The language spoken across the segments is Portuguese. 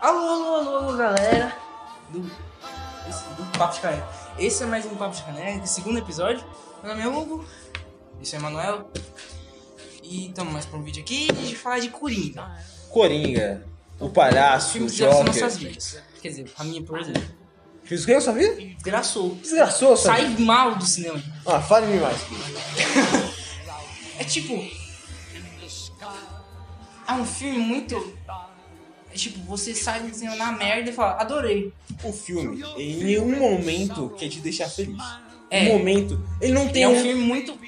Alô, alô, alô, alô, galera do, esse- do Papo de Caneca. Esse é mais um Papo de Caneca, segundo episódio. Meu nome é Hugo, esse é Manuel. E estamos mais para um vídeo aqui de falar de Coringa. Ah, é. Coringa, o palhaço, o Filmes que fizeram Joker. nossas vidas. Quer dizer, a minha, por exemplo. Fiz o que na sua vida? Desgraçou. Desgraçou, sabe? Sai mal do cinema. Ah, fale-me mais. É tipo. É um filme muito. É tipo, você sai do cinema na merda e fala, adorei. O filme, em nenhum momento quer te deixar feliz. É. Um momento. Ele não tem É um um. filme muito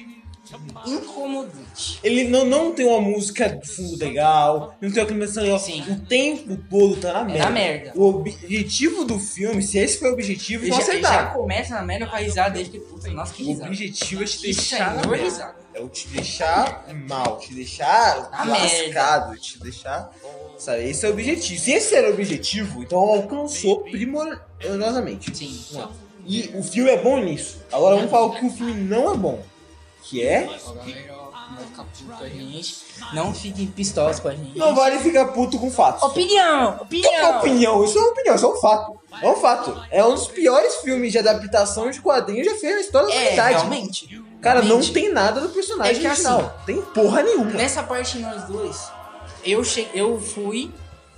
incomodante. Ele não, não tem uma música de fundo legal, não tem uma climação legal. Sim. É O tempo todo tá na merda. na merda. O objetivo do filme, se esse foi o objetivo, Ele não já, ele já aceitar. começa na merda com a risada desde que puta, nossa, que O risada. objetivo é te Que deixar na senhor merda. risada. É o te deixar mal, te deixar Na lascado, te deixar. Sabe, esse é o objetivo. Se esse era o objetivo, então alcançou primorosamente. Sim. Vamos lá. E o filme é bom nisso. Agora vamos falar o que o filme não é bom. Que é. Ó, galera, ó, Não fica puto com a gente. Não fiquem pistolas com a gente. Não vale ficar puto com fatos. Opinião! Que é uma Opinião! opinião, isso é uma opinião, isso é um fato. É um fato. É um dos piores filmes de adaptação de quadrinhos já fez na história da É, humanidade. realmente. Cara, não realmente. tem nada do personagem É que original. tem porra nenhuma. Nessa parte nós dois, eu, che... eu fui,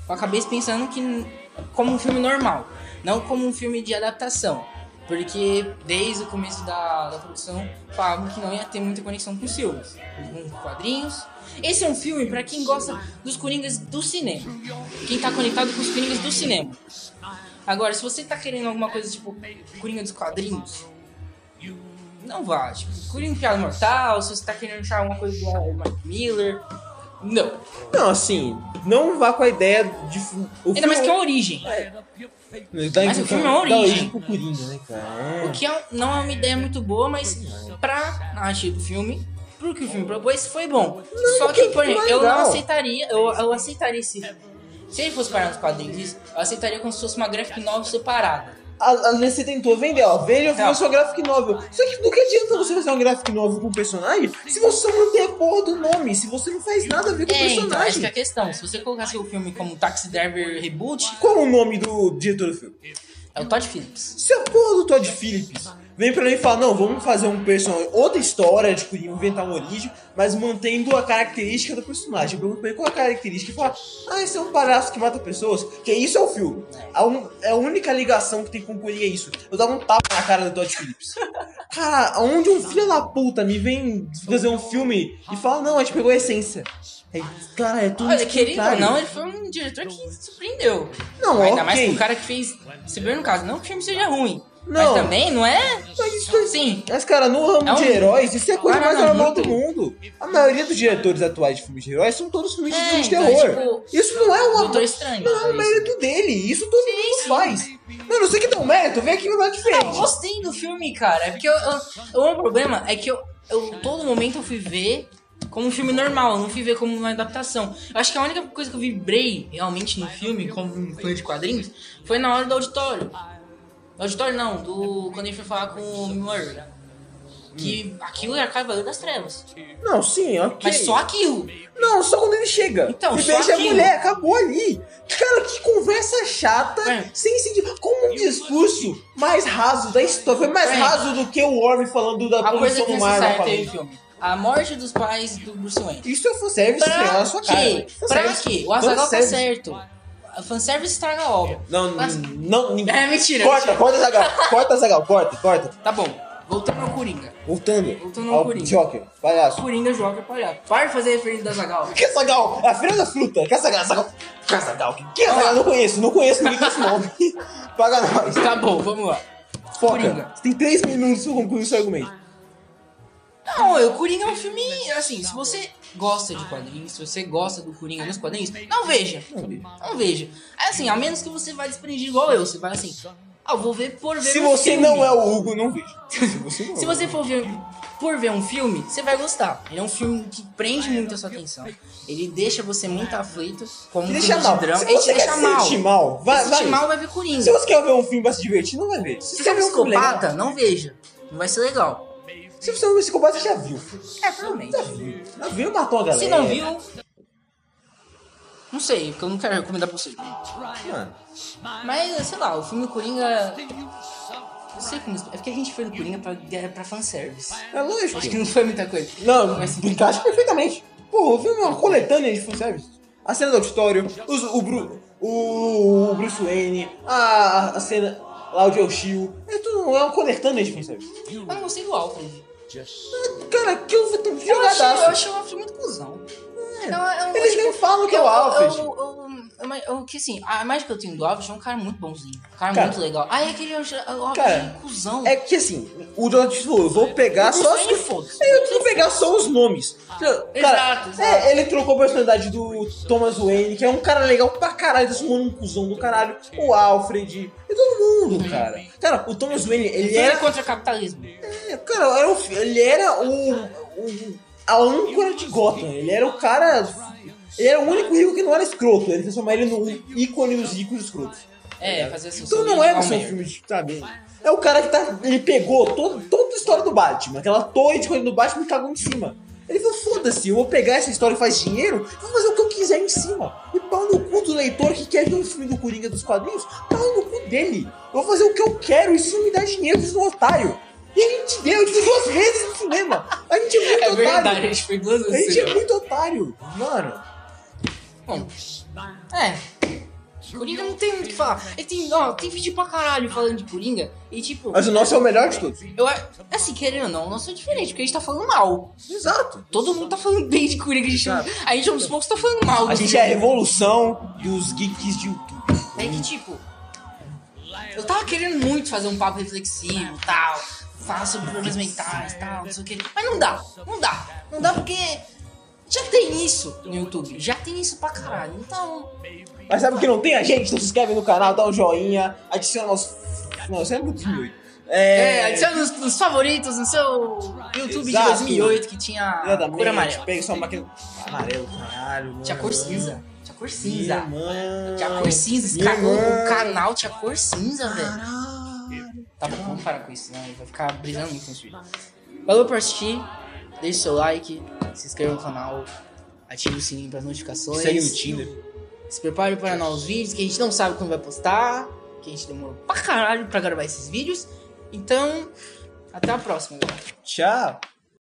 eu acabei pensando que n- como um filme normal, não como um filme de adaptação. Porque desde o começo da, da produção falavam que não ia ter muita conexão com os filmes, com quadrinhos. Esse é um filme pra quem gosta dos Coringas do cinema. Quem tá conectado com os Coringas do cinema. Agora, se você tá querendo alguma coisa tipo Coringa dos quadrinhos, não vá. Tipo, Coringa Piada Mortal, se você tá querendo achar alguma coisa do Mark Miller. Não. Não, assim, não vá com a ideia de. fi- O Ainda mais que é filme- uma origem. Dá mas o então, filme é uma dá origem. pro Coringa, né, cara? O que é um- não é uma ideia muito boa, mas pra narrativa do filme, pro que o filme propôs, foi bom. Só que, que por exemplo, eu não legal. aceitaria, eu, eu aceitaria esse. Se ele fosse parar nos quadrinhos, eu aceitaria como se fosse uma graphic novel separada. A, a Nancy tentou vender, ó. Veja, Tá. eu sou graphic novel. Só que do que adianta você fazer um graphic novel com o personagem se você só mantém a porra do nome, se você não faz nada a ver com o É, então, essa que é personagem? a questão. Se você colocasse o filme como Taxi Driver Reboot, Qual o nome do diretor do filme? é o Todd Phillips. Se a porra do Todd Phillips vem pra mim e fala, não, vamos fazer um personagem, outra história, tipo, inventar uma origem, mas mantendo a característica do personagem. Eu pergunto pra ele qual a característica e fala, ah, esse é um palhaço que mata pessoas, que isso é o filme. A, un- é a única ligação que tem com o Coringa é isso. Eu dava um tapa na cara do Todd Phillips. Cara, aonde um filho da puta me vem fazer um filme e fala, não, a gente pegou a essência. É, cara, é tudo Olha, querido ou contrário. não, ele foi um diretor que surpreendeu. Não, ok. Ainda mais que o cara que fez. Se bem no caso, não que o filme seja ruim. Mas Não. também, não é? Mas isso é- Sim. Mas, cara, no ramo É um- de heróis, isso é a coisa Cara, mais não, normal muito. do mundo. A maioria dos diretores atuais de filmes de heróis são todos filmes de, É, filmes de então, terror. tipo, isso não é uma. Doutor Estranho. Não, é o mérito dele. Isso todo mundo faz. Mano, você que dá um mérito, vem aqui me dar Eu diferente. gostei do filme, cara. É porque eu, eu- o meu problema é que eu, eu- todo momento eu fui ver como um filme normal, eu não fui ver como uma adaptação. Eu acho que a única coisa que eu vibrei realmente no filme, como um fã de quadrinhos, foi na hora do auditório. Do auditório não, do. Quando ele foi falar com o Murray. Que Hum. aquilo era Cavaleiro das Trevas. Não, sim, ok. Mas só aquilo. Não, só quando ele chega. Então, e só beija a aquilo. mulher, acabou ali. Cara, que conversa chata, É. sem sentido. Como um discurso mais raso da história. Foi mais É. raso do que o Orbe falando da A coisa produção que do Marvel. necessária teve falando. no filme. A morte dos pais do Bruce Wayne. Isso é fanservice, sim, é Pra na sua cara. quê? Pra Fanservice. quê? O Azaghal tá Fanservice. certo. A fanservice estraga a obra. Não, Mas- não, ninguém. É, mentira, Corta, corta Zagal, corta Zagal, corta, corta. Tá bom. Voltando ao Coringa. Voltando. Voltando ao Coringa. Joker, palhaço. Coringa joga palhaço. Para de fazer referência da Zagal. Que é Zagal? É a filha da fruta. Que é Zagal? Zagal. Que é Zagal? Que é Zagal? Não conheço, não conheço ninguém com esse nome. Paga nós. Tá bom, vamos lá. Foca. Coringa. Ah, Você tem três minutos pra concluir seu argumento. Não, eu- o Coringa é um filme. Assim, se você gosta de quadrinhos, se você gosta do Coringa nos quadrinhos, não veja. Não veja. É assim, a menos que você vá desprendido igual eu. Você vai assim. Ah, eu vou ver por ver. Se um você filme. não é o Hugo, não vejo. Se você não é o Hugo. Se você for ver por ver um filme, você vai gostar. Ele é um filme que prende muito a sua atenção. Ele deixa você muito aflito, como um Te filme deixa mal. de drama. Se Ele te você deixa quer mal. se sentir mal, vai, se sentir vai. mal, vai ver Coringa. Se você quer ver um filme pra se divertir, não vai ver. Se Se você é um um filme legal- psicopata, não veja. Não vai ser legal. Se você é um psicopata, você já viu. É, realmente. Já viu. Já viu, matou a galera. Se não viu, Não sei, porque eu não quero recomendar pra vocês. Mano, Mas, sei lá, o filme do Coringa. Não sei como. explicar. É porque a gente foi no Coringa pra, era pra fanservice. é lógico. Acho que não foi muita coisa. Não, Mas- mas brincaste perfeitamente. Porra, o filme é uma coletânea de fanservice. A cena do auditório, os- o, Bru, o, o Bruce Wayne, a, a cena lá de El Shield, é tudo é uma coletânea de fanservice. Eu não gostei do Alfred. Cara, que tá? eu tão Eu achei, jogadaço. eu achei o Alfred muito cuzão. Não, eu- eu É. Eles acho nem falam que é o eu- Alfred. Eu, eu, eu- mas eu- que assim, a imagem que eu tenho do Alfred é um cara muito bonzinho. Um cara, Cara. muito legal. Aí aquele o Alfred Cara, é um cuzão. É que assim, o Jonathan falou, eu vou pegar Não só sei, as- foda-se. Ah, É, Eu vou pegar só os nomes. Então, Cara, Exato, exato. É, ele trocou a personalidade do Thomas Wayne, que é um cara legal pra caralho, desse um cuzão do caralho. O Alfred e todo mundo, cara. Cara, o Thomas Wayne, ele ele é era. contra o capitalismo. é, Cara, era o, fi- ele era o, o- A âncora de Gotham. Ele era o cara. Ele era o único rico que não era escroto. Ele transformava ele no ícone dos ricos escrotos. É, fazer assim. Então não é você um filme de, sabe? É o cara que tá. Ele pegou todo, toda a história do Batman, aquela torre de coisa do Batman e cagou em cima. Ele falou, foda-se, eu vou pegar essa história que faz dinheiro, vou fazer o que eu quiser em cima. E pau no cu do leitor que quer ver um filme do Coringa dos quadrinhos, pau no cu dele. Eu vou fazer o que eu quero, isso me dá dinheiro, isso é um otário. E a gente deu, tipo, duas vezes no cinema. A gente é muito É otário. verdade, a gente foi duas A gente é vezes. muito otário. Mano. Bom, É. Coringa não tem muito o que falar. Ele tem, ó, tem vídeo pra caralho falando de Coringa. E tipo, Mas o nosso é o melhor de todos. eu a- assim, querendo ou não, o nosso é diferente, porque a gente tá falando mal. Exato. Todo mundo tá falando bem de Coringa. A gente, não- a gente é um dos poucos que tá falando mal. A do gente é a filme. revolução dos geeks de YouTube. É que tipo, eu tava querendo muito fazer um papo reflexivo tal, falar sobre problemas mentais tal, não sei o que, mas não dá, não dá, não dá porque já tem isso no YouTube, já tem isso pra caralho, então. Mas sabe o que não tem a gente? Então se inscreve no canal, dá um joinha, adiciona nosso. Não, você é muito doido. É, É. adiciona nos, nos favoritos no seu YouTube Exato. de 2008 que tinha Exatamente. cor amarela, Pega sua máquina. Amarelo, caralho. mano. tinha cor cinza, tinha cor Minha cinza, mãe. tinha cor cinza, Minha escagou mãe. o canal, tinha cor cinza, velho. Caralho. Tá bom, vamos parar com isso, senão ele vai ficar brisando muito nesse vídeo. Valeu por assistir, deixe seu like, se inscreva no canal, ative o sininho para notificações. Segue no Tinder. Se prepare para novos vídeos que a gente não sabe quando vai postar, que a gente demorou pra caralho pra gravar esses vídeos. Então, até a próxima, galera. Tchau.